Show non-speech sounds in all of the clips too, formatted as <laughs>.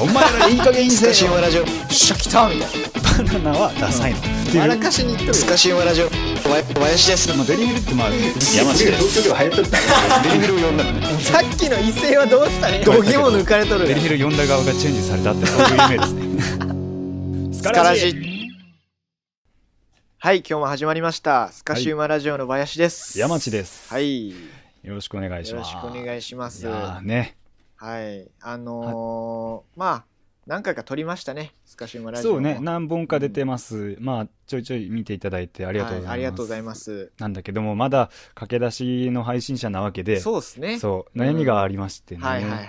お前らいい加減にせえシよオラジオしゃ来たみたいバナナはダサいの、ってなあいらうかしに言ってるスカシオラジオ小林小林ですまあデリヘルってまあ山下です東京では流行っとるからデリヘルを呼んだのねさっきの威勢はどうしたね <laughs> どぎも抜かれとる <laughs> デねリヘル呼んだ側がチェンジされたってそういう夢ですねススカラジはい今日も始まりましたスカシウマラジオの林です山地ですはいよよろしくお願いしろますしくお願いしますいやーねはいあのーまあ何回か撮りましたねスカシウマラジオそうねも何本か出てますまあちょいちょい見ていただいてありがとうございます、はいありがとうございますなんだけどもまだ駆け出しの配信者なわけでそうですねそう悩みがありましてね、はいはいはい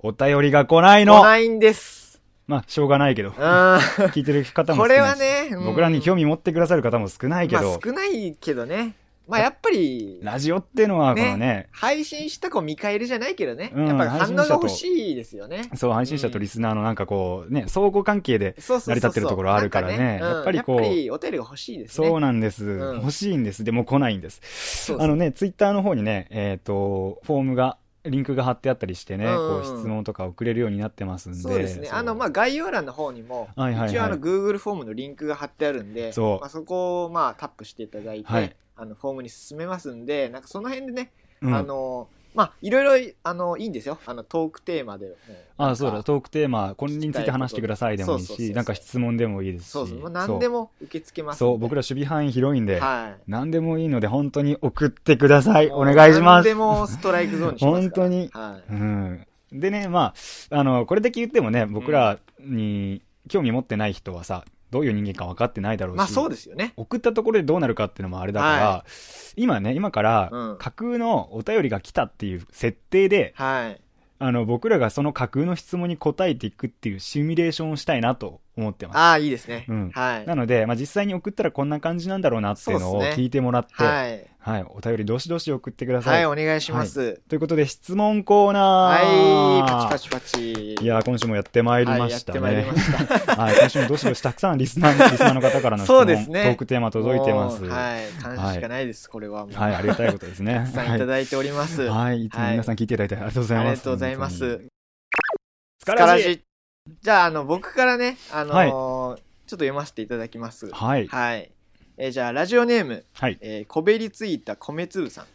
お便りが来ないの来ないんですまあしょうがないけどうん <laughs> 聞いてる方もこ少ないしれはねうん僕らに興味持ってくださる方も少ないけまあど、少ないけどねまあやっぱりラジオってのはこのね配信した子見返りじゃないけどね、うんやっぱ反応が配信者と欲しいですよねそう配信者とリスナーのなんかこうね相互関係でそうそうそうそ成りう立ってるところあるからねなんうんやっぱりこうやっぱりお便りが欲しいですねそうなんです、ん欲しいんですでも来ないんですそうそあうのねツイッターの方にねえっ、とフォームがリンクが貼ってあったりしてね、うんこう質問とか送れるようになってますんでそうですねそうあのまあ概要欄の方にも、はいはいはい一応あの Google フォームのリンクが貼ってあるんでそうまあ、そこをまあタップしていただいて、はいあのフォームに進めますんでなんかその辺でね、うんあのまあいろいろあのいいんですよあのトークテーマでもあそうだトトークテーマこれについて話してくださいでもいいそうそうそうそしうなんか質問でもいいですしそうそうもう何でも受け付けますんでそう僕ら守備範囲広いんで、はい何でもいいので本当に送ってくださいお願いしま、何ですもストライクゾーンにしますから本当にはうい、ん、でねまああのこれだけ言ってもね僕らに興味持ってない人はさどういう人間か分かってないだろうし、まあそうですよね送ったところでどうなるかっていうのもあれだから、は今ね今から、うん架空のお便りが来たっていう設定ではいあの僕らがその架空の質問に答えていくっていうシミュレーションをしたいなと思ってますああいいですね、うんはいなので、まあ、実際に送ったらこんな感じなんだろうなっていうのそうをっすね聞いてもらって、はい、はいお便りどしどし送ってくださ。はいいお願いしますということで、質問コーナはい、ー。パチチパチパチいやー、今週もやってまいりましたね。はい、やってまいりましたはい、今週もどしどしたくさんリスナー、リスナーの方からの質そう問、ですねトークテーマ <laughs> 届いてます。もうはい、はい感謝しかないです、これはもう、ありがたいことですね。たくさんいただいております、はい、はい、いつも皆さん聞いていただいてありがとうございあます。りがとうございま本す当に。か疲られじじゃああの僕からねあのーちょっと読ませていただきますはい、はい、えーじゃあラジオネーム、はい、えー、こべりついた米粒さん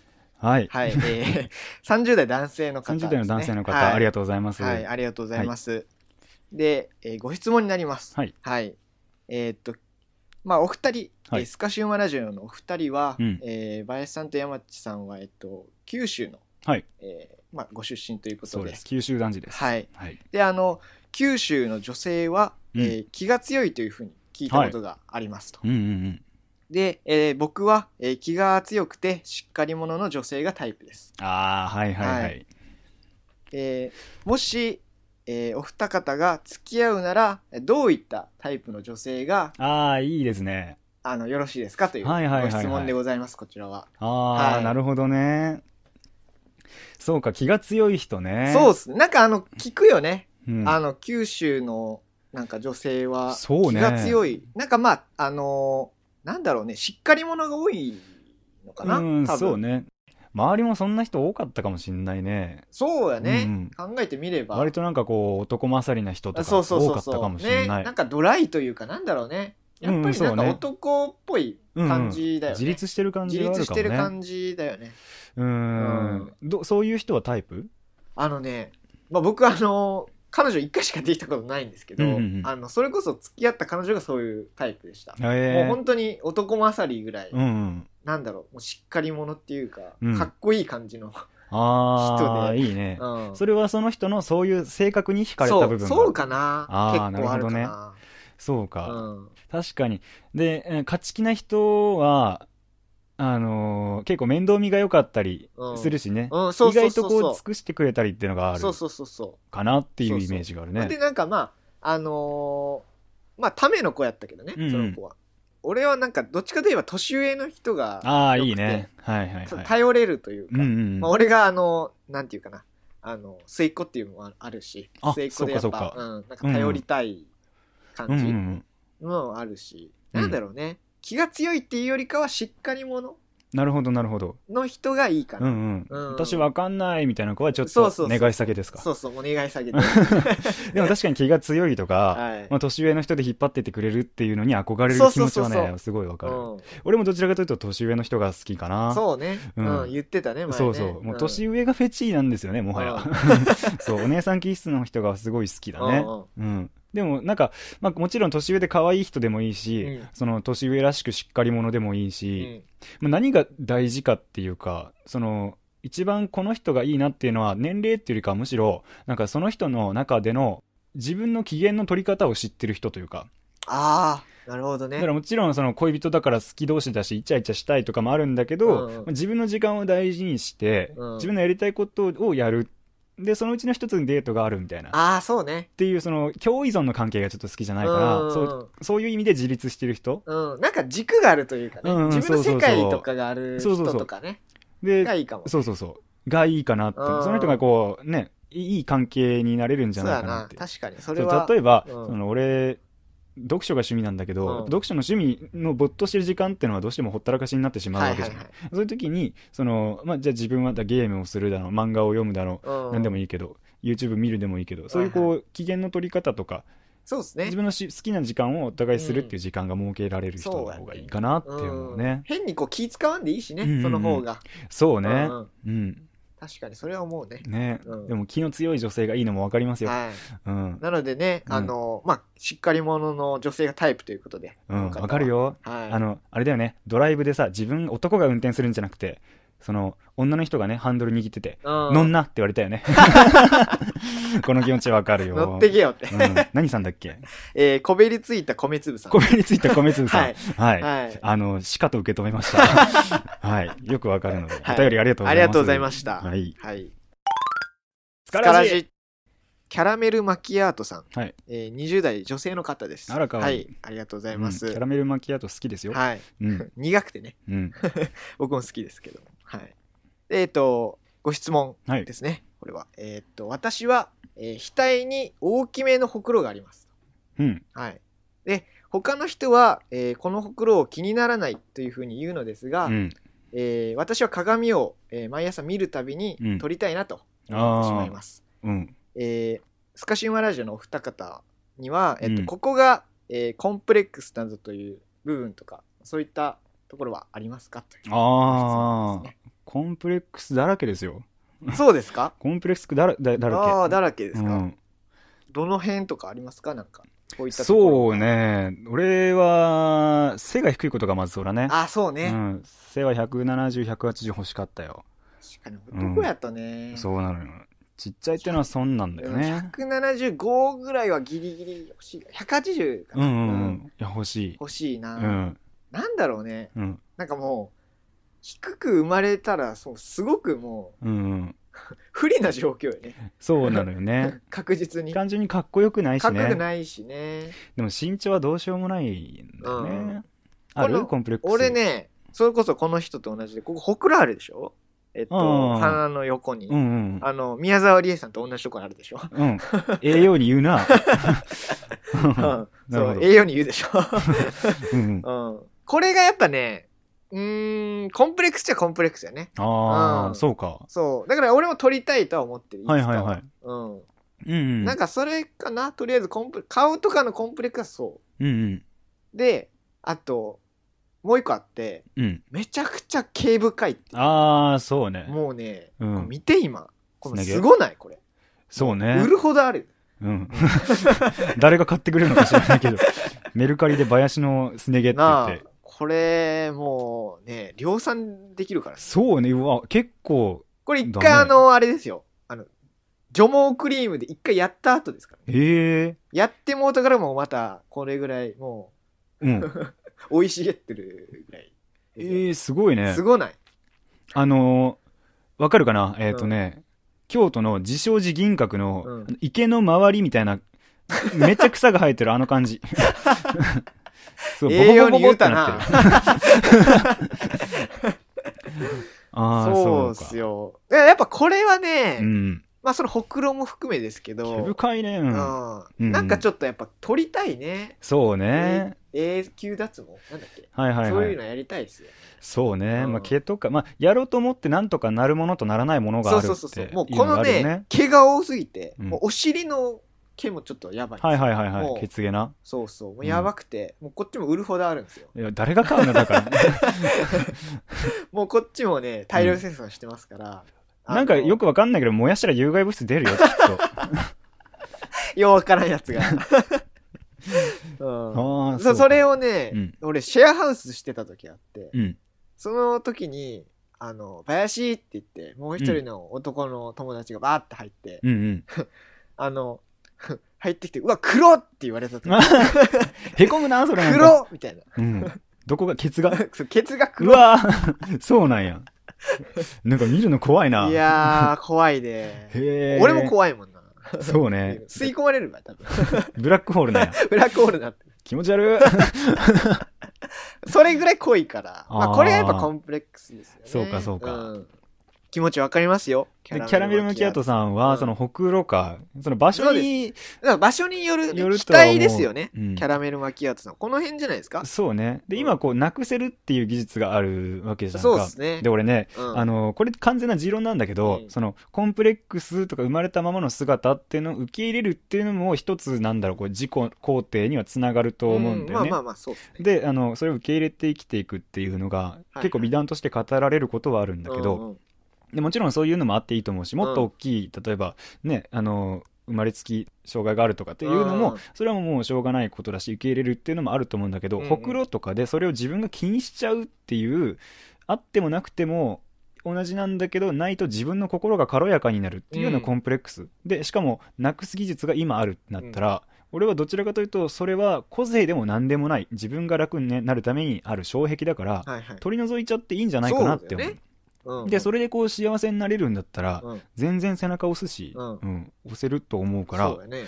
はい。はい、えー、30代男性の方です、 30ね、代の男性の方、はいありがとうございます。はい、ありがとうございます。で、えーご質問になります。はい。えーっと、まあ、お二人、はいえースカシウマラジオのお二人は、うんえー林さんと山地さんは、えっと、九州の、はいえーまあ、ご出身ということそうで。です。九州男児です。はい。はい。で、あの、九州の女性は、うんえー気が強いというふうに聞いたことがありますと。うんうんうん。で、えー僕は、えー気が強くてしっかり者の女性がタイプです。ああ、はいはいはい。はいえーもし、えーお二方が付き合うならどういったタイプの女性がああ、いいですね。あのよろしいですかというはいはいはいはごい質問でございます、こちらは、ああ、はいなるほどね。そうか、気が強い人ね。そうですねなんかあの聞くよね、うんあの九州のなんか女性はそう気ねが強い、なんかまああのーなんだろうねしっかり者が多いのかな、うん、多分そうね。周りもそんな人多かったかもしんないね。そうやね、う考えてみれば割となんかこう、男勝りな人とかそうそう多そかうったかそうもしんない。ね、なんかドライというかなんだろうねやっうぱんりそなうんねか男っぽいうんうん感じだよね、自立してる感じ自はあ立るしかてるもね。感じだよね。うん、うんど。そういう人はタイプあのね、まあ、僕あの彼女一回しかできたことないんですけど、うんうんうんあのそれこそ付き合った彼女がそういうタイプでした。もうええ本当に男勝りぐらい、うんうん。なんだろうもうしっかり者っていうか、うんかっこいい感じの、ああ、人いいね。うん、それはその人のそういう性格に惹かれたそ部う分がそうかなあー結構あるかななるそうか。うん、確かに。で、えー勝ち気な人は、あのー結構面倒見が良かったりうんするしね。うん、そう意そ外うそとうそうこう、尽くしてくれたりっていうのがあるそうそうそうそかなっていそううそイうメージがあるう、ね。でなんかまああのーまあための子やったけどね、うんうんその子は俺はなんかどっちかといえば年上の人がああ、良くいていね。はいはいはい。頼れるというか、うんうんうんまあ、俺があのなんていうかなあの末っ子っていうのもあるしあ末っ子でやっそうかそぱうかうん、なんか頼りたいうんうんう感んじもあるし、うんなんだろうね気が強いっていうよりかはしっかり者なるほど、なるほど。の人がいいかうな。んうん。うん私わかんないみたいな子はちょっそうとそうそう願い下げですか。そうそう、お願い下げて。でも確かに気が強いとか、はいま。あ、年上の人で引っ張ってってくれるっていうのに憧れるそう気そう持ちそうそはうね、すごいわかる。うん俺もどちらかというと年上の人が好きかな。そうね。ううんん、言ってたね、前ね。そうそう。もう年上上がフェチなんですよね、もはや。 <laughs> そう、お姉さん気質の人がすごい好きだね。うん。でもなんか、まあもちろん年上で可愛い人でもいいし、うんその年上らしくしっかり者でもいいし、まあ何が大事かっていうか、その、一番この人がいいなっていうのは年齢っていうよりかはむしろ、なんかその人の中での自分の機嫌の取り方を知ってる人というか、ああ、なるほどね。だからもちろんその恋人だから好き同士だしイチャイチャしたいとかもあるんだけど、うんうんまあ自分の時間を大事にして、うん自分のやりたいことをやるでそのうちの一つにデートがあるみたいなっああ、そうね。ていうその共依存の関係がちょっと好きじゃないかうんらそうそういう意味で自立してる人うん、なんか軸があるというかうね、んうん自分の世そうそ界うそうとかがあるそう人そうそうとかね、がでいいかも。そうそうそうがいいかなってうんその人がこうねいい関係になれるんじゃそうないやかななっ、て確かに。そそうれは、例えば、うんその俺読書が趣味なんだけど、うん読書の趣味の没頭してる時間っていうのはどうしてもほったらかしになってしまうわはけいじゃはないいはい。そういう時にその、まあ、じゃあ自分はだゲームをするだの漫画を読むだの、うん何でもいいけど YouTube 見るでもいいけどそういうはこう機嫌の取り方とかそうですね自。分のし好きな時間をお互いするっていう時間が設けられる人の方がいいかなっていうのをうんね変にこう気使わんでいいしね、うんうんうんその方が。そうねうんうんうん確かに、それは思うね。ねうんでも気の強い女性がいいのも分かりますよはい。うんなのでね、うんあの、まあ、しっかり者の女性がタイプということで。うんこの方は分かる。よはい。あのあれだよねドライブでさ自分男が運転するんじゃなくてその女の人がねハンドル握ってて「うん、乗んな」って言われたよ <laughs> ねこの気持ち分かるよ乗ってけよって。うん何さんだっけえー、こべりついた米粒さん。米についた米粒さん。ははいい。はい。あの、しかと受け止めま <laughs> した。はい。よくわかるので、はいお便りありがとうございます。ありがとうございました。は。い。はい。疲カラ。ジキャラメルマキアートさん、はいえー、20代女性の方です。あら可愛いはい、ありがとうござキいます。ャラメルマキアート好きですよ。はい、うん。苦くてね、 <laughs> うん。僕も好きですけど。はい、えっ、と、ご質問はいで。すね、これは。えっ、と、私は、えー額に大きめのほくろがあります。うん。はい。で、他の人は、えーこのほくろを気にならないというふうに言うのですが、うん。えー私は鏡を、えー毎朝見るたびにうん撮りたいなと思ってしまいます。うん。えースカシウマラジオのお二方には、えっとうんここが、えーコンプレックスなどという部分とかそういったところはありますかという質問あであ。コンプレックスだらけですよ。すねそうですかコンプレックスだらだだあらあだらけでけ。すうか、ん。どの辺とかありますかなんかこういったところそうね。俺は、背が低いことがまずそうだね。ああそうね、うん。背は170、180欲しかったよ。確かに男やとね、そうなのよ。ちっちゃいってのはそんなんだよね。 175ぐらいはギリギリ欲しい180かうな、んうんううんん。いや、欲しい。欲しいな、うん。なんだろうねうん。なんかもう低く生まれたらそうすごくもううんうん。不利な状況よねそうなのよ <laughs> ね。確実に。か単純にかっこよくないしっこよくね。ないしね。でも身長はどうしようもないんだようねん。あこるのコンプレックス。俺。ね、それこそこの人と同じで、ここほくろあるでしょえっと、うん鼻の横に。うんうん。あの、宮沢りえさんと同じとこにあるでしょ、うん。ええように言うな。 <laughs> うん、 <laughs> なるそほうど、栄養に言うでしょ、 <laughs> うん。うん、これがやっぱね、うーん、コンプレックスっちゃコンプレックスよね。あうあ、んそうか。そう。だから俺も撮りたいとは思ってる。はいはいはいつかは。ううん。んうん。なんかそれかな、とりあえずコンプ、顔とかのコンプレックスはそうんうん。う。で、あと、もう一個あって、うん。めちゃくちゃ毛深いっていうああ、そうね。もうね、うんこれ見て今。このつなげすごないこれ。そうね。売るほどある。うん。 <laughs> 誰が買ってくれるのか知らないけど、 <laughs> メルカリで林のすね毛って言なっあて。、これ、もうね、量産できるから。そうね、うわ、結構、これ一だ回ねあの、あれですよ。あの、除毛クリームで一回やった後ですから。ええやってもうたからもうまた、これぐらい、も <laughs> うん。う、生い茂ってるぐらい。ええすごいねす。ごない。あのーわかるかなえっ、とね、京都の自称寺銀閣の、うんあの池の周りみたいな、めっちゃ草が生えてるあの感 <laughs> じ。そう栄養に言うたボなコボコボコって。ってるああ、そそううっか。すよ。だからやっぱこれはね、うん。まあそのほくろも含めですけど毛深いね、うん、うん、なんかちょっとやっぱ撮りたいね、そうね、永久脱毛なんだっけ、はいはいそうはいいうのやりたいですよそうね、うんまあ、毛とか、まあ、やろうと思ってなんとかなるものとならないものがそあうるそうそっうそていううもうこのがのあるよねね。毛が多すぎて、うんもうお尻の毛もちょっとやばいんですよはいはいはいはもうい、ケツ毛な。そうそうもうやばくて、もうこっちも売るほどあるんですよいや誰が買うのだから。もうこっちもね大量生産してますから、なんか <laughs> あのよくわかんないけど、燃やしたら有害物質出るよ、きっと。ようわからんや <laughs> つが、 <laughs> うん、ああ、そそれを。をね、うん俺シェアハウスしてた時あって、うん。その時にあの林って言ってもう一人の男の友達がバーって入って、うんうん。あの <laughs> 入ってきて「うわ黒っ!」って言わ <laughs> れた時あへこむな、それなんか。黒っみたいな <laughs> うん。どこが、ケツが。そうケツがう黒いわーそうなんや。なんか見るの怖いな。いやー怖いで、へえ。俺も怖いもんなそうね。吸い込まれるわ多分 <laughs> ブラックホールなんや。ブラックホールだって気持ち <laughs> 悪い。それぐらい濃いからまああーこれはやっぱコンプレックスですよねそうかそうかん気持ちわかりますよキでキャラメルマキアートさんは、うんそのほくろか、その場所にだから場所によるよる期とは思う待ですよね、うんキャラメルマキアートさんこの辺じゃないですかそうね。で、うん今、こう、なくせるっていう技術があるわけじゃんか。そうですねで、俺ね、うんあの、これ完全な持論なんだけど、うんその、コンプレックスとか生まれたままの姿っていうのを受け入れるっていうのも一つ、なんだろう、こう、自己肯定にはつながると思うんだよね。まあまあまあそうですねで、あの、それを受け入れて生きていくっていうのが、い結構美談として語られることはあるんだけど、うんうんでもちろんそういうのもあっていいと思うし、もっと大きい、例えば、ね、あの、生まれつき障害があるとかっていうのも、うんそれはもうしょうがないことだし、受け入れるっていうのもあると思うんだけど、うんうんほくろとかでそれを自分が気にしちゃうっていう、あってもなくても、同じなんだけど、ないと自分の心が軽やかになるっていうよううなんコンプレックス。で、しかも、なくす技術が今あるってなったら、俺はどちらかというと、それは個性でも何でもない、自分が楽になるためにある障壁だから、はいはい取り除いちゃっていいんじゃないかなってそうだ思う。よねうんうんで、それでこう幸せになれるんだったら、うん全然背中押すし、うんうん押せると思うからそう、だね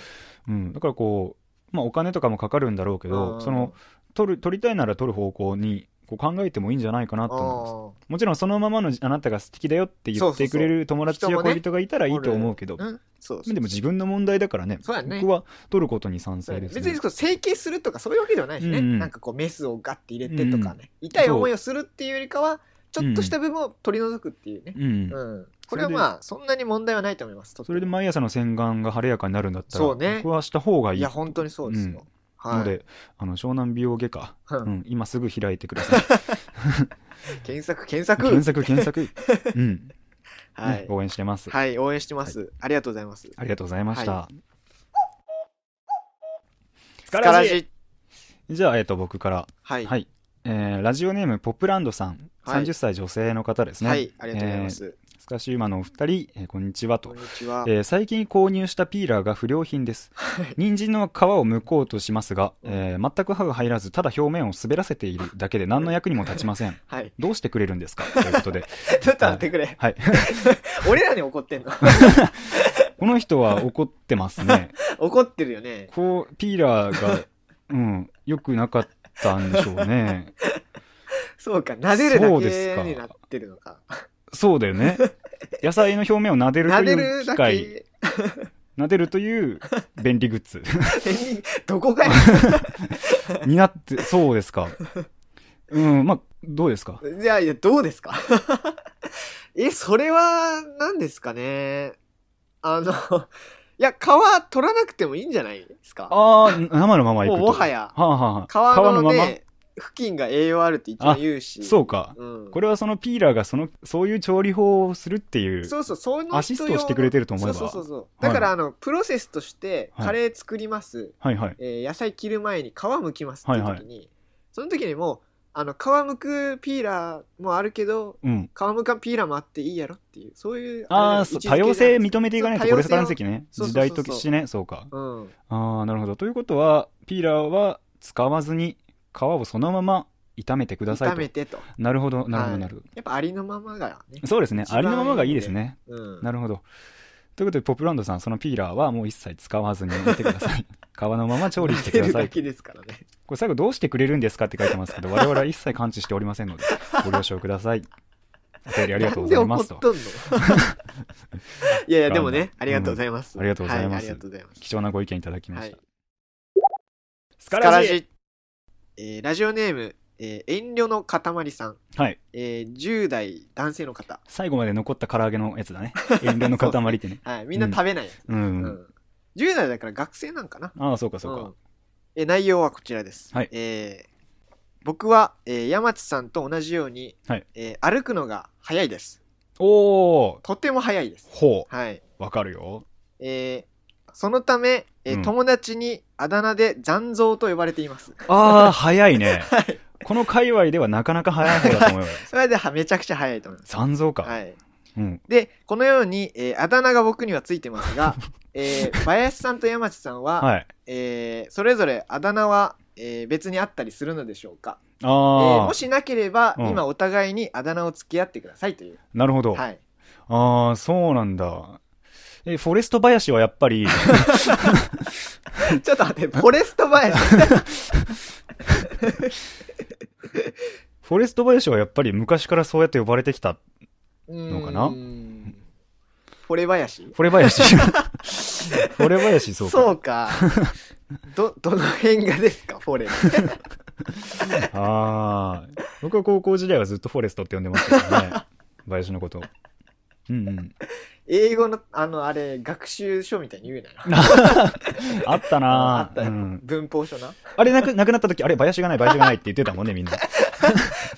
うん、だからこう、まあ、お金とかもかかるんだろうけど、うんその取る取りたいなら取る方向にこう考えてもいいんじゃないかなと思いますあもちろんそのままのあなたが素敵だよってそ言うっそうてそくうれる友達人やもね恋人がいたらいいと思うけど、ーうんそうそうでも自分の問題だからねそうやね僕は取ることに賛成です、ね、別にこう整形するとかそういうわけではないしね、うんうんなんかこうメスをガッて入れてとかね、痛い思いをするっていうよりかはちょっとした部分を取り除くっていうね、うんうんこれはまあそんなに問題はないと思いますそれで毎朝の洗顔が晴れやかになるんだったらそうね僕はした方がいいいや本当にそうですよ、のはで、い、あの湘南美容外科、うんうん、今すぐ開いてください検索検索検索検索、 <laughs> うんはいね、応援してます、はい応援してます、ありがとうございますありがとうございました、は疲からしじじゃあ、えっ、と、僕から。はいはい。えーラジオネーム、ポップランドさん。はい30歳女性の方ですね。はい、ありがとうございます。スカシウマのお二人、えーこんにちはことん。にちは。えー最近購入したピーラーが不良品です。人参の皮を剥こうとしますが、えー全く歯が入らず、ただ表面を滑らせているだけで何の役にも立ちません。はい。 <laughs> どうしてくれるんですかということで。ちょっと待ってくれ。はい。 <laughs> 俺らに怒ってんの <laughs> この人は怒ってますね。怒ってるよね。こう、ピーラー <laughs> が、うん、良くなかったんでしょうね。そうか、撫でるだそうですけかになってるのか。そうだよね。野菜の表面を撫でると撫でいうる機だ械。け。撫でるという便利グッズ <laughs> どこかよになって、そうですか。うん、まあ、どうですかじゃあ、いや、どうですか <laughs> え、それは、何ですかね。あの、いや、皮取らなくてもいいんじゃないですかああ、生のままいくと。もうもはやはあ、はあはあ皮まのま。ね、付近が栄養あるって一応言うし。そうか。うん。これはそのピーラーがその、そういう調理法をするっていう。そうそう、そういうの人用のアシストをしてくれてると思えばそうそうそうそう。だから、あの、プロセスとして、はいカレー作ります。はいはい。えー野菜切る前に皮むきますっていう時に、はいその時にもうあの皮むくピーラーもあるけどうん。皮むかんピーラーもあっていいやろっていうそういうあれあ、そう位置づ多け様性なんです認めていかないと、そうこれ世界の席ね。そうそうそう時代としてね、そうか。うんああ、なるほど。ということは、ピーラーは使わずに、皮をそのまま炒めてくださ炒いめと。てとなるほど、なるほはど、いなるほど。やっぱありのままがねそうですね。一番ありのままがいいですね。うんなるほど。ということで、ポップランドさん、そのピーラーはもう一切使わずに置いてくだ <laughs> さい。皮のまま調理してくださ茹でるいだ。 <laughs> けですからねこれ最後 <laughs> どうしてくれるんですかって書いてますけど、我々は一切感知しておりませんので、ご了承ください。お便りありがとうごなんでざい怒まっすと。とんの <laughs> いやいや、で <laughs> もね、ありがとうございます。うんありがとうございますはありがとうございます。貴重なご意見いただきまはいした。。スカスカララジジ、えーラジオネーム、えー遠慮の塊さん、はい。えー10代男性の方、最後まで残った唐揚げのやつだね。遠慮の塊ってね。はい、みんな食べないやつ、う <laughs> うんん。 10代だから学生なんかなああ、そうかそうかん。えー内容はこちらです、はいえー僕は、えー山地さんと同じように、はいえー歩くのが早いですおー、とても早いです、ほはい、う、わかるよ。えーそのため、えーうん友達にあだ名で残像と呼ばれています。ああ、早い <laughs> ね。はい。この界隈ではなかなか早い方だと思うよ。それではめちゃくちゃ早いと思います。 <laughs> 残像か。はい。うん。で、このように、えーあだ名が僕にはついてます <laughs> が、えー林さんと山地さんは、はい。えーそれぞれあだ名は、えー別にあったりするのでしょうか、あえーあ、もしなければ、うん今お互いにあだ名を付き合ってくださいという。なるほど。はい。 <laughs> ああ、そうなんだ。え、フォレスト林はやっぱり、 <laughs> ちょっと待って、フォレス <laughs> ト林。フォレスト林はやっぱり昔からそうやって呼ばれてきた。のかなフォレ林フォレ林。 <laughs> フォレ林、そうか。そ <laughs> うか。ど、どの辺がですか、フォレ。ああ。僕は高校時代はずっとフォレストって呼んでましたから <laughs> ね。林のこと。うんうん。英語の、あの、あれ、学習書みたいに言うなよ。あったなあったようん。文法書な。あれなく、なくなった時、あれ、林がない、林がないって言ってたもんね、みんな。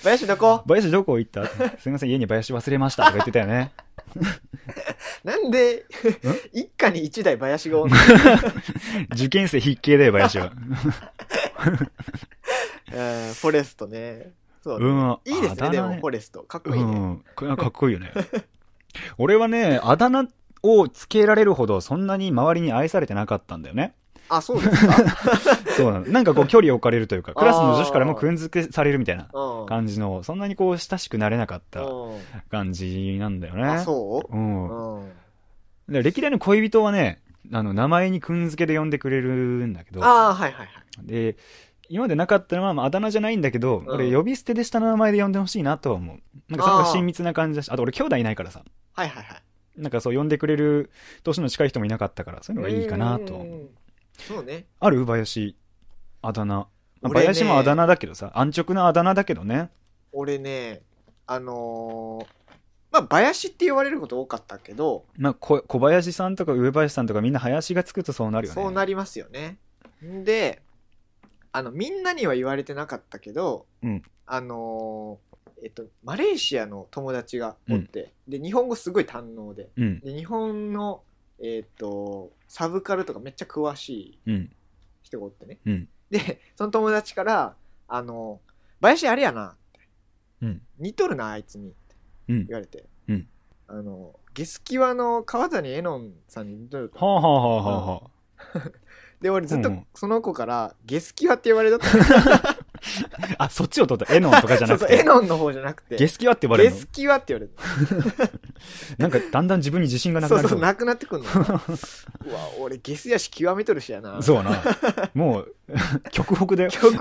林どこ林どこ行ったすみません、家に林忘れましたとか言ってたよ <laughs> ね。なんで、一家に一台 <laughs> 林がおんの受験生必見だよ、林は。うんフォレストね。そう、うん。いいですね、あでだ名もフォレスト。かっこういいね。ん。これはかっこいい <laughs> よね。俺はね、あだ名をつけられるほど、そんなに周りに愛されてなかったんだよね。あ、そうですか。そうなの。なんかこう、距離を置かれると <laughs> いうか、クラスの女子からもくんづけされるみたいなう <laughs> ん。感じの、そんなにこう、親しくなれなかったうん感じなんだよね。。あ、そうううんん。で歴代の恋人はね、あの、名前にくんづけで呼んでくれるんだけど、ああ、はいはいはい。で、今までなかったのは、まあ、あだ名じゃないんだけど、ん俺、呼び捨てで下の名前で呼んでほしいなとは思う。なんか、その方が親密な感じだし、あと俺、兄弟いないからさ、はいはいはい。なんかそう、呼んでくれる年の近い人もいなかったから、そういうのがいいかなとはう思う。ん。そうね。ある林、あだ名。まあ俺ね林もあだ名だけどさ、安直なあだ名だけどね。俺ね、あのーまあ、林って言われること多かったけど、まあ、こ小林さんとか上林さんとかみんな林がつくとそうなるよね。そうなりますよね。で、あの、みんなには言われてなかったけど、うんあのーえっと、マレーシアの友達がおって、で、日本語すごい堪能で、うん、で日本の、えっと、サブカルとかめっちゃ詳しいうん、人がおってね。うん、で、その友達から、あの林あれやな、うん、似とるな、あいつに。うん言。われて、うんあのゲスキワの川谷絵音さんに似とるとはあはあはあはあはあ。で俺ずっうとんその子から「ゲスキワ」って言われとったのあ、そっちを取った。エノンとかじゃそなうそくう絵て。音の方じゃなくてゲススキワって呼ばれるのゲスキワって言われるなんかだんだん自分に自信がなくそなうるそうなくなってくんの <laughs> うわ俺ゲスやし極めとるしやなそうやな。もう、 <laughs> 極北だよ。曲も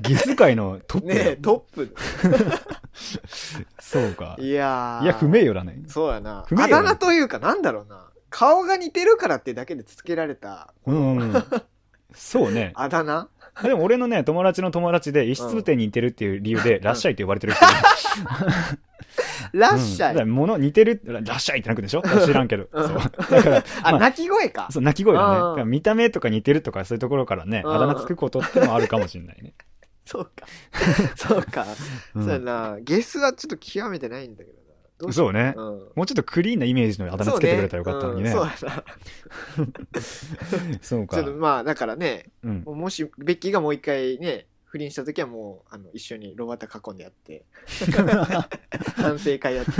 ゲス界のトップだよねトップそうか。いやーいや、不名誉だね。そうやな不名あ誉なだ名というかなんだろうな顔が似てるからってだけでつけられたうん。そうね。あだ名でも俺のね、友達の友達で、一室店に似てるっていう理由で、ラッシャイって呼ばれてる人いる。ラッシャうんだイ、から物似てる、ラッシャイってなくでしょ知らんけど。うんそう。だから、あ、まあ鳴き声かそう、鳴き声だね。うだんから見た目とか似てるとか、そういうところからね、うんあだ名つくことってのもあるかもしれないね。そうかそうかうんそうやな、ゲスはちょっと極めてないんだけどな。どうしよそうね。う。うん。もうちょっとクリーンなイメージのあだ名つけてくれたらよかったのにね。そう,、ねうんそうやな。そうちょかっと。まあ、だからね、うん。もし、ベッキーがもう一回ね、不倫した時はもう、あの、一緒にロバタ囲んでやって、反省会やって、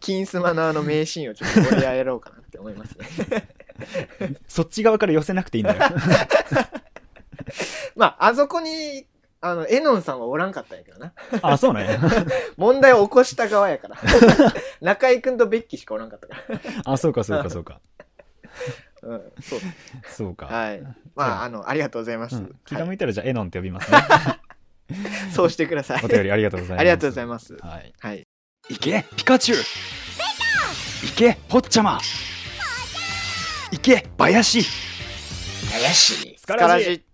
金スマのあの名シーンをちょっと俺やろうかなって思いますね。 <laughs> そっち側から寄せなくていいんだよ。まあ、あそこに、あの、エノンさんはおらんかったんやけどな。 <laughs> あ、そう <laughs> ね。問題を起こした側やから。中居君とベッキーしかおらんかったから。あ、そうか、そうか、そうか。うん、そう。そうか。はい。まあ、あの、ありがとうございます。うん気がはい向いたら、じゃあ、エノンって呼びますね。そうしてください。お便りありがとうございます。ありがとうございます。はい。はい。いけピカチュウいけポッチャマいけ林林。スカカララジジ。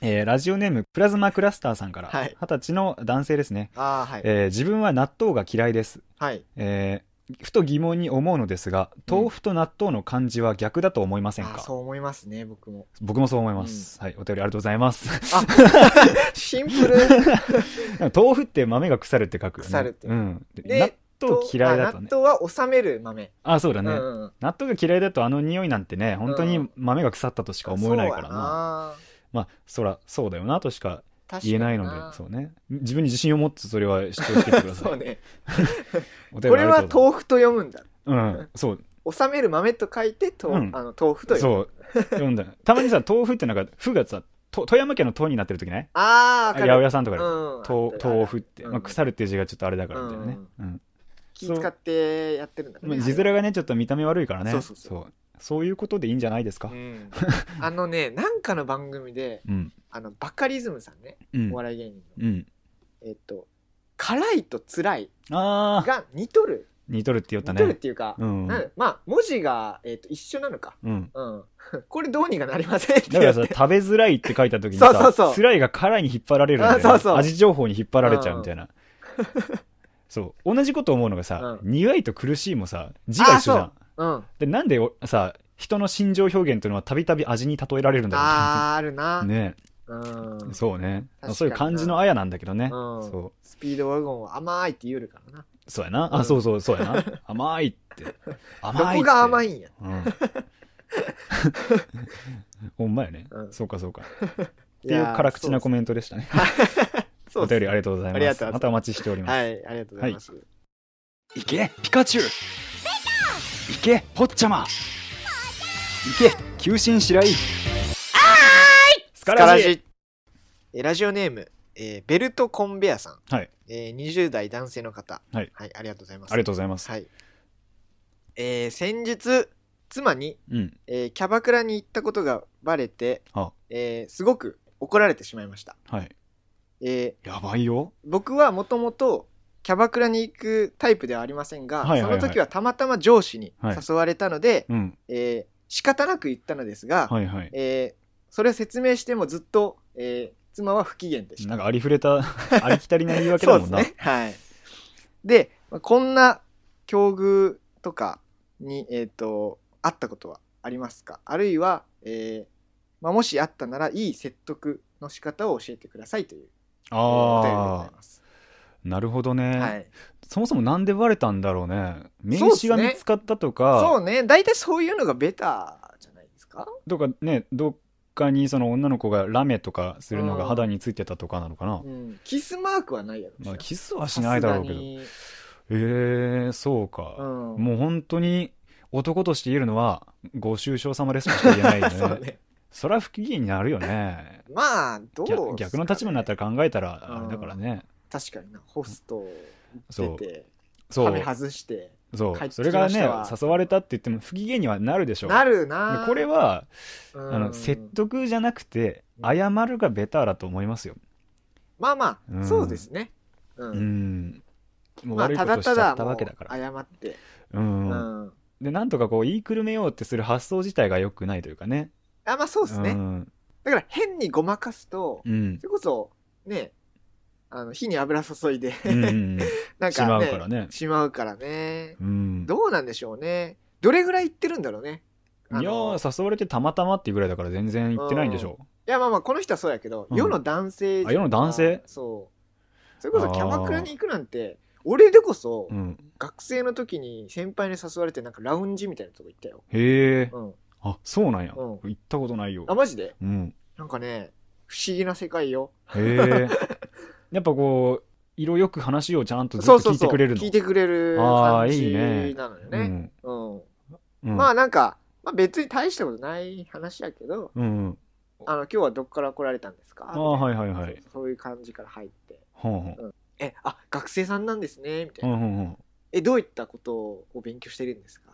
えーラジオネームプラズマクラスターさんから、は二十い歳の男性ですね、ああ、はい。えー自分は納豆が嫌いです、はい。えーふと疑問に思うのですが豆腐と納豆の漢字は逆だと思いませんあかー、そう思いますね、<laughs> 僕も。僕もそう思います、はいお便りありがとうございます <laughs> あシンプル。豆腐って豆が腐るって書くよね腐るってうん、でで納豆嫌いだとあ納ね豆は収める豆。あそうだうね、んうん。納豆が嫌いだとあの匂いなんてね本当うにん豆が腐ったとしか思えないからな,、そうやな。まあそらそうだよなとしか確かに言えないのでそうね自分に自信を持ってそれは主張してってくださいそうね。お便こりれありがはとうござい豆腐と読むんだ。ますうんそう収める豆と書いて、と、うんあの豆腐と読む。そう読んだたまにさ豆腐ってなんか「ふ」がさと富山県の「と」になってる時ねああ、八わか百る。屋さんとかでうんと「豆腐」って、うんまあ、腐るっていう字がちょっとあれだからみたいなね、うん気使ってやってるんだまね。あ字面がねちょっと見た目悪いからねそうそうそうそうそういうことでいいんじゃないですかうんあのね、なんかの番組で、うんあの、バカリズムさんね、うんお笑い芸人の、うんえっと、辛いと辛いああが似とる。似とるって言っ似たとねるっていうか、うんなんまあ、文字が、えっと、一緒なのか。うんうん。 <laughs> これどうにかなりませんってだ言かって <laughs> らさ、食べづらいって書いた時にさ、そうそうそう辛いが辛いに引っ張られるんだよねあそうそう味情報に引っ張られちゃうみたいな。そう。同じこと思うのがさ、う苦いと苦しいもさ、字が一緒じゃあん。うん。で、なんでおさ、人の心情表現っていうのはたびたび味に例えられるんだろうあー、あるな。ねうん。そうね確かになそういう感じのあやなんだけどね、うんそうスピードワゴンは甘いって言うるからな。そうやな、うあんそうそうそうやな甘いってど甘いってこが甘いんや。うん <laughs> ほんまやね、うんそうかそうかっいていうやー辛口なコメントでしたねそうおです便りありがとうございありまがす。とうございますまたお待ちしております。はい、ありがとうございます。いけピカチュウいけポッチャマいけ球心白井あーいスカスカララジジえーラジオネーム、えーベルトコンベアさん、はいえー20代男性の方、はいありがとうございますありがとうございます。はいえー先日妻に、うん。えーキャバクラに行ったことがバレてあ、えーすごく怒られてしまいました、はい。えやばいよ。ー僕はもともとキャバクラに行くタイプではありませんが、はいはいはいその時はたまたま上司にはい誘われたので、うん。えー仕方なく行ったのですが、はいはい。えーそれを説明してもずっと、えー妻は不機嫌でしたなんかありふれた、 <laughs> ありきたりな言い訳だもんな。そうですね。はい。で、まあこんな境遇とかに、えっ、と、あったことはありますかあるいは、えーまあ、もしあったなら、いい説得の仕方を教えてくださいというえーお便りでござあいます。あ、なるほどね、はい。そもそもなんでバレたんだろうね。名そうっ刺すがね見つかったとか、そうね。大体そういうのがベターじゃないですかとかね、どっかにその女の子がラメとかするのがうん肌についてたとかなのかなう。ん。キスマークはないやろうしな。まあ、キスはしないだろうけどさすが。にえー、そうか、うん。もう本当に男として言えるのはご愁傷様ですとしか言えないよね <laughs> <laughs> そうね。そりゃ不機嫌になるよねまあ、どう、逆逆の立場になったら。ら考えたらあれだからね、確かにな。ホストそ出うて、そハうメ外して。そ帰っうてきましたわそれがね誘われたって言っても不機嫌にはなるでしょうなるなでぁこれ、はうんあの説得じゃなくてうん謝るがベターだと思いますよまあまあ、うんそうですねう、うんん、もうまあ悪いこただとしちたゃだったもわうけだから、謝ってうんうんでなんとかこう言いくるめようってする発想自体が良くないというかねあまあそうですね、んだから変にごまかすとうん <laughs> それこそねあの火に油注いでうんうんうん <laughs> なんしまかうねからねしまうからねうん、どうなんでしょうねどれぐらい行ってるんだろうねいあやのいー誘われてたまたまっていうぐらいだから全然行ってないんでしょやまあまあこの人はそうやけど、うん世の男性あ世の男性そうそれこそキャバクラに行くなんて俺でこそう、うん、学生の時に先輩に誘われてなんかラウンジみたいなとこ行ったよ、へえうん、あそうなんや、うん行ったことないよあマジで <laughs> うん、なんかね、不思議な世界よ。へえやっぱこう色よく話をちゃんとずっそとうそ聞ういそてう。くれるの聞いてくれるあ感ーいじいねなのよね。うんうんうんまあなんか、まあ、別に大したことない話やけど、うんうんあの今日はどっから来られたんですかああはいはいみたはいなそういそういう感じから入って。ほんほんえ、あ学生さんなんですね、みたういな。んうんえ、どういったことを勉強してるんですか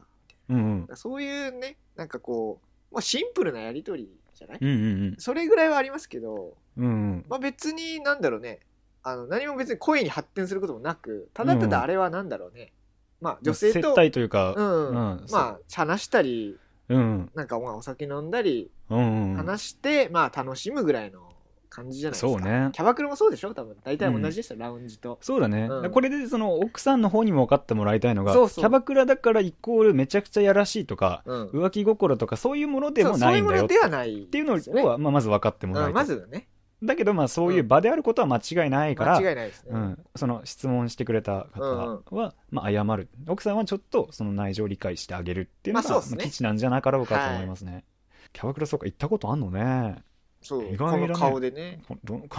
みたいなうんうんそういうね、なんかこう、まあ、シンプルなやりとりじゃない、うんうんそれぐらいはありますけど、うんうんうんまあ、別になんだろうねあの何も別に恋に発展することもなくただただあれはなんだろうね、まあ女性接と、待というかうんうんまあ話したりうんなんかまあお酒飲んだりうんうん話して、まあ楽しむぐらいの感じじゃないですかそうねキャバクラもそうでしょ多分大体同じでした、ラウンジとそうだね、うんこれでその奥さんの方にも分かってもらいたいのがそうそうキャバクラだからイコールめちゃくちゃやらしいとかうん浮気心とかそういうものでそもうそなういいうもんだよのっではないていうのをですよねは、まあ、まず分かってもらいたい、うん、まずはねだけどまあそういううん場であることは間違いないから、間違いないですね、うん、その質問してくれた方は、まあ、謝る奥さんはちょっとその内情を理解してあげるっていうのが、まあそうっすね基地なんじゃなかろうかと思いますね、キャバクラそうか行ったことあんのねそう意外こだねの顔でねこどの顔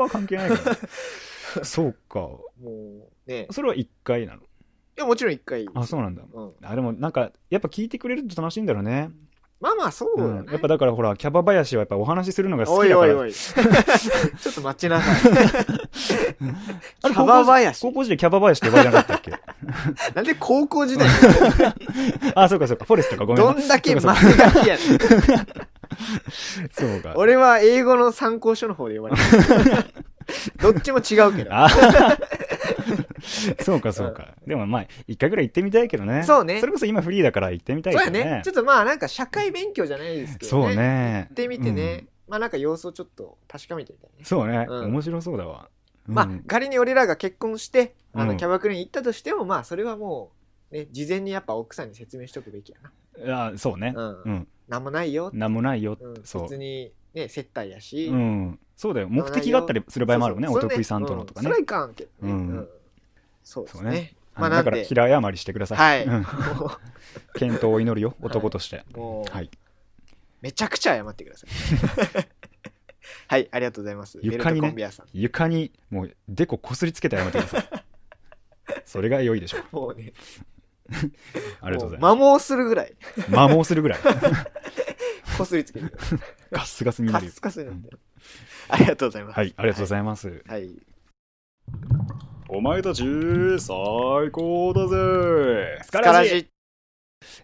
は関係ないから <laughs> そうかもうねいそれは1回なのやもちろん一回あそうなんだうん、あでもなんかやっぱ聞いてくれると楽しいんだろうねまあまあそうだね、ん、やっぱだからほらキャバ林はやっぱお話しするのが好おきいだかおいらおい <laughs> ちょっと待ちな <laughs> さいあれキャバ林高校時代キャバ林って呼ばれなかったっ <laughs> けなんで高校時代あそうかそうかフォレストかごめんどなさいんだけマスガキやね <laughs> そんうか俺は英語の参考書の方で呼ばれ <laughs> たどっちも違うけどあ <laughs> そうかそうか、でもまあ一回ぐらい行ってみたいけどねそうねそれこそ今フリーだから行ってみたいそうけやどねねちょっとまあなんか社会勉強じゃないですけどそうね行ってみてね、まあなんか様子をちょっと確かめてみたいねうんそうね、うん面白そうだわ、うんまあ、仮に俺らが結婚して、あうの、んキャバクラに行ったとしても、まあ、それはもう、ね、事前にやっぱ奥さんに説明しとくべきやな。あそうねう。うんん、なんもないよ。なんもないよ、うん。そう別に、ね、接待やし。う、そうんそうだよ目的があったりする場合もあるもんねそうお得意さんとのとかね、うんそれはいかんけどね。ううんん。そうですそうねね。まああのなんだでから平謝りしてください、はい。うん <laughs> もう健闘を祈るよ男としても <laughs> うはい、めちゃくちゃ謝ってください。 <laughs> はい、ありがとうございます。ベル床トにねコンベアさん。床にもうデコこすりつけて謝ってくだ <laughs> さいそれが良いでしょうもうね、ありがとうございま摩耗するぐらい、す摩耗するぐらいこすりつけて <laughs> ください。ガッスガスにカなるよスカスになってる。ありがとうございます。はいありがとうございます、はい。お前たち最高だぜススカラジ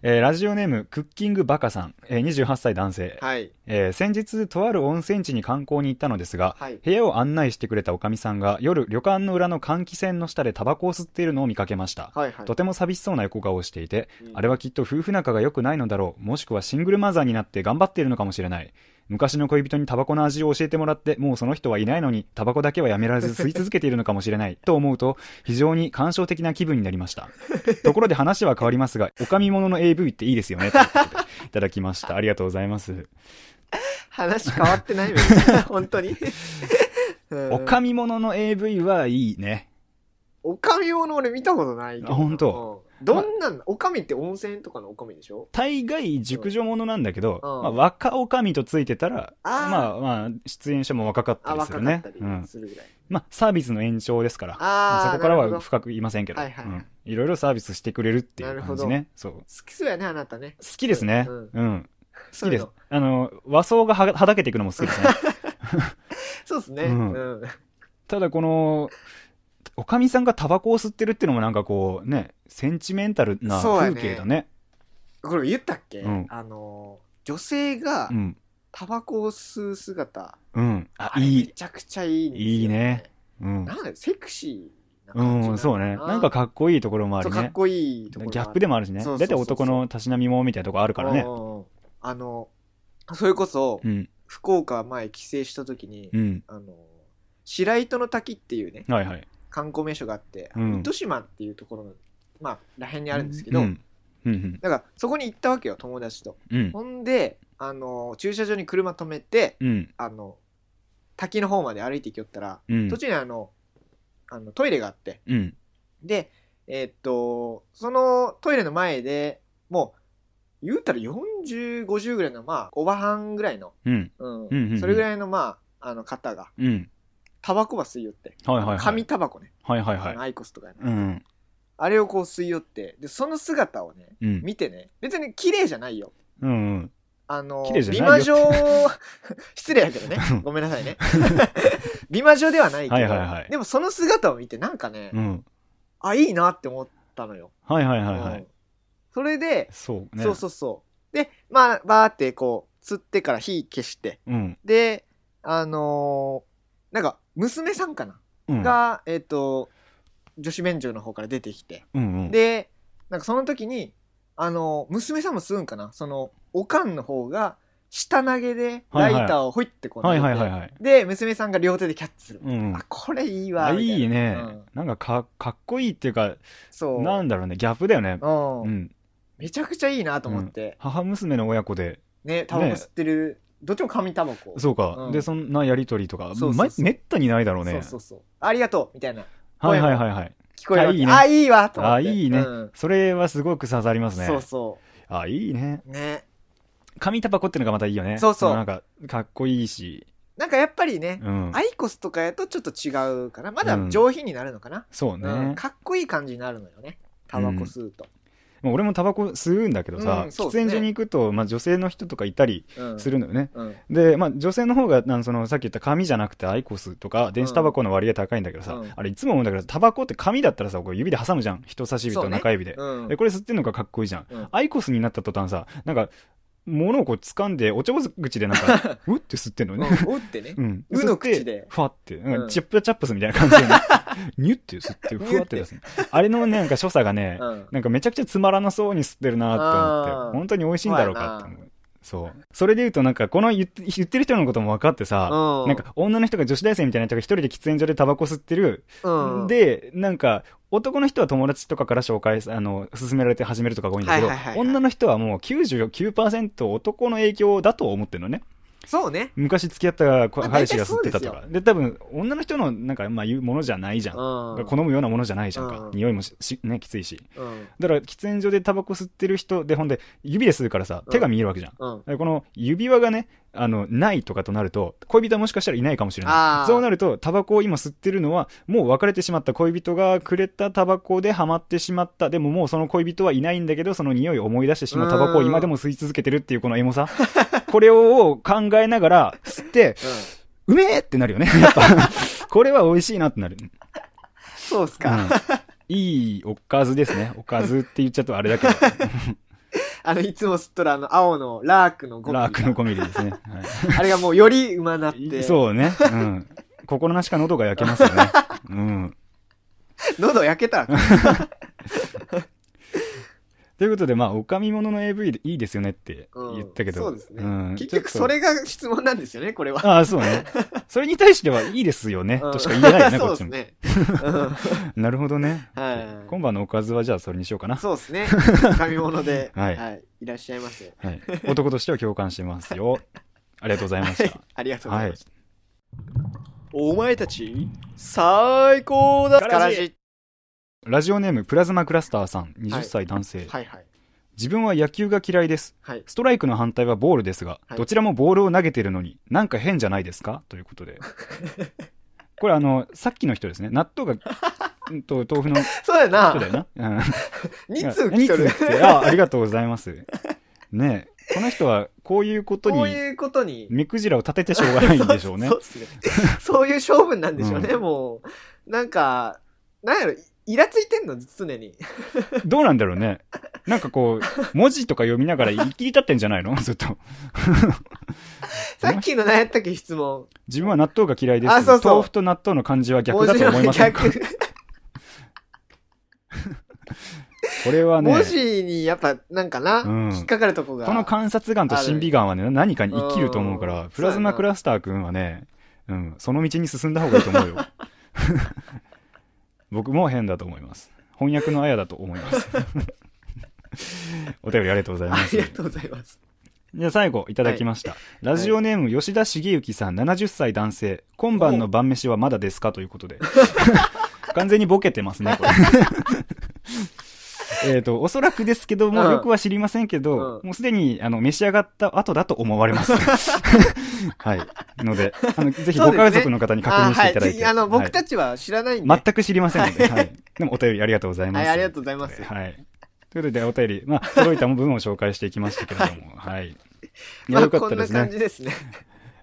えーラジオネームクッキングバカさん、えー28歳男性、はい。えー先日とある温泉地に観光に行ったのですがはい。部屋を案内してくれたおかみさんが夜旅館の裏の換気扇の下でタバコを吸っているのを見かけましたはいはいと。ても寂しそうな横顔をしていてうんあれはきっと夫婦仲が良くないのだろうもしくはシングルマザーになって頑張っているのかもしれない昔の恋人にタバコの味を教えてもらってもうその人はいないのにタバコだけはやめられ <laughs> ず吸い続けているのかもしれないと思うと非常に感傷的な気分になりましたところで話は変わりますがおかみ物の AV っていいですよねということでいただきましたありがとうございます話変わってないみたいな本当に。 <laughs> う <laughs> んおかみ物の AV はいいねおかみ用の俺見たことないけど。あ本当うんどんなんだおかみって温泉とかのおかみでしょ大概熟女ものなんだけど、うんまあ、若おかみとついてたらあーまあまあ出演者も若かったあ、りする若かねったりうん、するぐらい。まあ、サービスの延長ですから、あーまあそこからなるほどは深く言いませんけど、はういはいはいんいろいろサービスしてくれるっていう感じなね。そう。好好きそうやね、あなたね。きですね。ううんん。そ好うきいうです。のあの、和装がははだけていくのも好きですね。 <laughs> そうですね。ううんん。 <laughs> ただ、この、おかみさんがタバコを吸ってるっていうのもなんかこう、ね、センチメンタルなそうや風ね景だね。これ言ったっけうんあの、女性がうん。タバコを吸う姿。うん。あ、あれいめい。ちゃくちゃいいんですよ。いいね。うん。なんだセクシーなう感じん、そうね。なんかっかっこいいところもあこいるい。かねっ。こいいギところャップでもあるしね。そうだそうそういたい男のたしなみもみたいなとこあるからね。うんうんうんあの、それこそう、ん。福岡前帰省した時に、うん。あの、白糸の滝っていうね、はいはい。観光名所があって、うん糸島っていうところの、まあ、らへんにあるんですけど、うん。うんうん。だからそこに行ったわけよ、友達と。うん。ほんで、あの、駐車場に車止めて、うん。あの、滝の方まで歩いていきよったら、うん途中にあの、あのトイレがあって、うん。で、えーっと、そのトイレの前でもう、言うたら40、50ぐらいの、まあ、おばはんぐらいの、うん。ううんんうんうんそれぐらいの、まあ、あの方が、うん。タバコば吸いよって、はいはいはい紙。タバコね、はいはいはあいの。アイコスとかね、うん。あれをこう吸いよって、で、その姿をね、うん。見てね、別に綺麗じゃないよ。うんうん。あの綺麗じゃ美ない魔よ女 <laughs> 失礼や <laughs> けどねごめんなさいね <laughs> 美魔女ではないけど、はいはいはいでもその姿を見てなんかね、うん。あいいなって思ったのよはいはいはいはういん。それで、そうね。そうそうそうでまあバーってこう釣ってから火消してうん。であのーなんか娘さんかな、うん。がえっ、と女子便所の方から出てきてうんうん。でなんかその時にあの娘さんも吸うんかなそのおかんの方が下投げでライターをほいってこう投はげいて、はいはいはい。で娘さんが両手でキャッチする、うんあ。これいいわあ、みたいないいねうん。なんかか、かっこいいっていうか、そうなんだろうね、ギャップだよね。うんうん。めちゃくちゃいいなと思って、母娘の親子で、ねタバコ吸ってる、どっちも紙タバコそうかう。んで、そんなやりとりとか、そうそうまそうめったにないだろうねそう。そうそうありがとうみたいなはいはいはいはい。聞こえるあわけいいねあいいわと思ってあ、いいねうん。それはすごく刺さりますねそ。うそあ、いいね。うね紙タバコってのがまたいいよね。そうそうなんか、かっこいいし。なんかやっぱりね、うんア。イコスとかやとちょっと違うかなまだうん上品になるのかな、そううんね。かっこいい感じになるのよねタバコ吸うと、まあ俺もタバコ吸うんだけどさ、うんそう喫ですね煙所に行くと、まあ女性の人とかいたりうんするのよね。うんで、まあ、女性の方が、なんその、さっき言った紙じゃなくてアイコスとか、電子タバコの割合高いんだけどさ、うんあれいつも思うんだけど、タバコって紙だったらさ、こう指で挟むじゃん。人差し指そとうね中指で。うんでこれ吸ってんのがかっこいいじゃん。うんアイコスになった途端さ、なんか、物をこう掴んで、おちょぼ口でなん <laughs> か、うって吸ってんのね。うん、うってねうん。うの口吸っでてふわって、なんうかんチップチャップスみたいな感じで <laughs> ね、ニュって吸って、ふわって出すの。あれのねなんか所作がね、うんなんかめちゃくちゃつまらなそうに吸ってるなって思っあーて、本当に美味しいんだろうかって思う。そう。それで言うとなんか、この言って言ってる人のことも分かってさ、うなんか女の人が女子大生みたいな人が一人で喫煙所でタバコ吸ってる。うんで、なんか、男の人は友達とかから紹介、あの、勧められて始めるとかが多いんだけどはいはいはい、はい女の人はもう99%男の影響だと思ってるのね。そうね昔付き合ったまあ彼氏が吸ってたと大体か。で、多分、女の人のなんか、まあ、言うものじゃないじゃん。うん好むようなものじゃないじゃんうかん。匂いもししね、きついし。うんだから喫煙所でタバコ吸ってる人でほんで指で吸うからさうん手が見えるわけじゃん、うんでこの指輪がねあのないとかとなると恋人はもしかしたらいないかもしれあなーいそうなるとタバコを今吸ってるのはもう別れてしまった恋人がくれたタバコでハマってしまったでももうその恋人はいないんだけどその匂いを思い出してしまうタバコを今でも吸い続けてるっていうこのエモさ <laughs> これを考えながら吸ってうんうめえってなるよね <laughs> やっぱこれは美味しいなってなるそうっすか、うん、いいおかずですね。おかずって言っちゃうとあれだけど、あのいつも吸っとるあの青のラークの <laughs> ゴミラークの5ミリですね。はあれがもうよりうまなっいてそうね。うん。心なしか喉が焼けますよ <laughs> ね。うん。喉焼けたらということで、まあ、おかみ物の AV でいいですよねってうん言ったけど。そうですね、ん結局そ。れが質問なんですよねこれはちょっとああ、そうね。それに対してはいいです <laughs> よね。うんとしか言えないよね、そうこっでちすも。ね、うんなるほどね。はい今晩のおかずはじゃあそれにしようかな。そう <laughs> ですね。紙物で、は、はいいい、らっしゃいませ。はい、男としては共感してますよ。ありがとうございましはいた。、 <laughs> ありがとうございました。お前たち、最高だガラジラジオネームプラズマクラスターさん、20歳男性。はいはい。自分は野球が嫌いです。はい。ストライクの反対はボールですが、はいどちらもボールを投げてるのに、なんか変じゃないですかということ <laughs> で。これあの、さっきの人ですね。納豆 <laughs> が、うんと、豆腐の人 <laughs> そうだだな。よな。うん。 2通来とる二。通来てあ、ありがとうございます。ねえ、この人はこういうことこうに、いうことに。目くじらを立ててしょうがないんでしょうねそ。うっすね。 <laughs> そういう勝負なんでしょうね、うもう。なんか、なんやろ、イラついてんの、常に。どうなんだろうね。なんかこう、文字とか読みながら言い切り立ってんじゃ <laughs> ないのずっと。さっきの何やったっけ、質問。自分は納豆が嫌いです。あそうそう豆腐と納豆の漢字は逆だと思いませんか文字の逆これはね。文字にやっぱ、なんかな、うん引っかかるとこが。この観察眼と審美眼はね、何かに生きると思うかうんら、プラズマクラスター君はね、うん、その道に進んだ方がいいと <laughs> 思うよ。僕も変だと思います。翻訳のあやだと思います。 <laughs> お便りありがとうございまあすりが。とうございます。じゃあ最後、いただきました。ラジオネーム、吉田茂之さん、70歳男性。今晩の晩飯はまだですかということ <laughs> で。完全にボケてますね、これ。えっと、おそらくですけども、うんよくは知りませんけど、うんもうすでに、あの、召し上がった後だと思われ <laughs> ます。はい。ので、あの、ぜひ、そうごですね家族の方に確認していただいて。あ,、はい、あの、僕はたちは知らないんいで。全く知りませんので、はい。でも、お便りありがとうございまはす。い、ありがとうございます。はい。ということで、お便り、まあ、届いた部分を紹介していきましたけれ <laughs> ども、はい。いまや、あよかったですこんな感ね。じですね。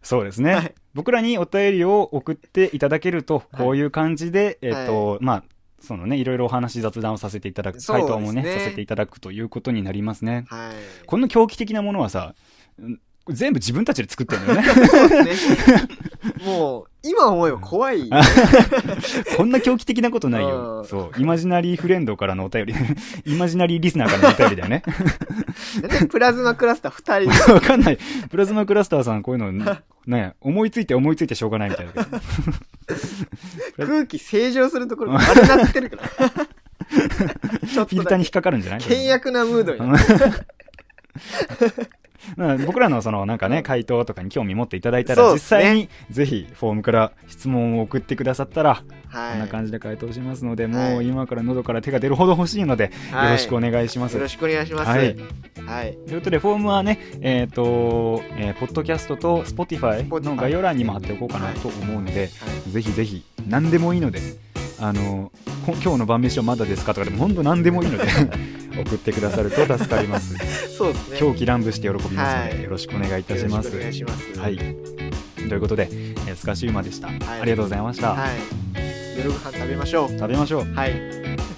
そうですね、はい僕らにお便りを送っていただけると、はいこういう感じで、えっ、と、まあ、そのね、いろいろお話、雑談をさせていただく、そうで回す答もねね、させていただくということになりますね。はい。こんな狂気的なものはさ、ん全部自分たちで作ってるんだよね。 <laughs> そうですね。もう、今思えば怖い。こんな狂気的なことないよ。うんそう。イマジナリーフレンドからのお便り。 <laughs> イマジナリーリスナーからのお便りだよね。なんでプラズマクラスター2人 <laughs> でわかんない。プラズマクラスターさん、こういうの、ね、思いついて思いついてしょうがないみたいだけ <laughs> ど。空気清浄するところが丸なってるか <laughs> ら。ちょっフィとルターだに引けっかかるんじゃない倹約なムードになる。 <laughs> まあ僕らのそのなんかね、回答とかに興味持っていただいたら、そう実ですね際にぜひフォームから質問を送ってくださったら、こんなは感じで回答しますので、はいもう今から喉から手が出るほど欲しいので、い。よろしくお願いし願いします。よろしくお願いします。はいはい。ということで、フォームはね、えっ、と、えーポッドキャストと Spotify の概要欄にも貼っておこうかなと思うので、ぜひぜひ、何でもいいので、あの、こ今日の晩飯はまだですかとかでも、本当何でもいい <laughs> ので、送ってくださると助かります。そうですね。狂気乱舞して喜びますので、はいよろしくお願いいたしまよす。ろくお願いします。はい。。ということで、えースカシウマでした、いありがとうございました。はい。夜ご飯食べましょう。食べましょう。はい。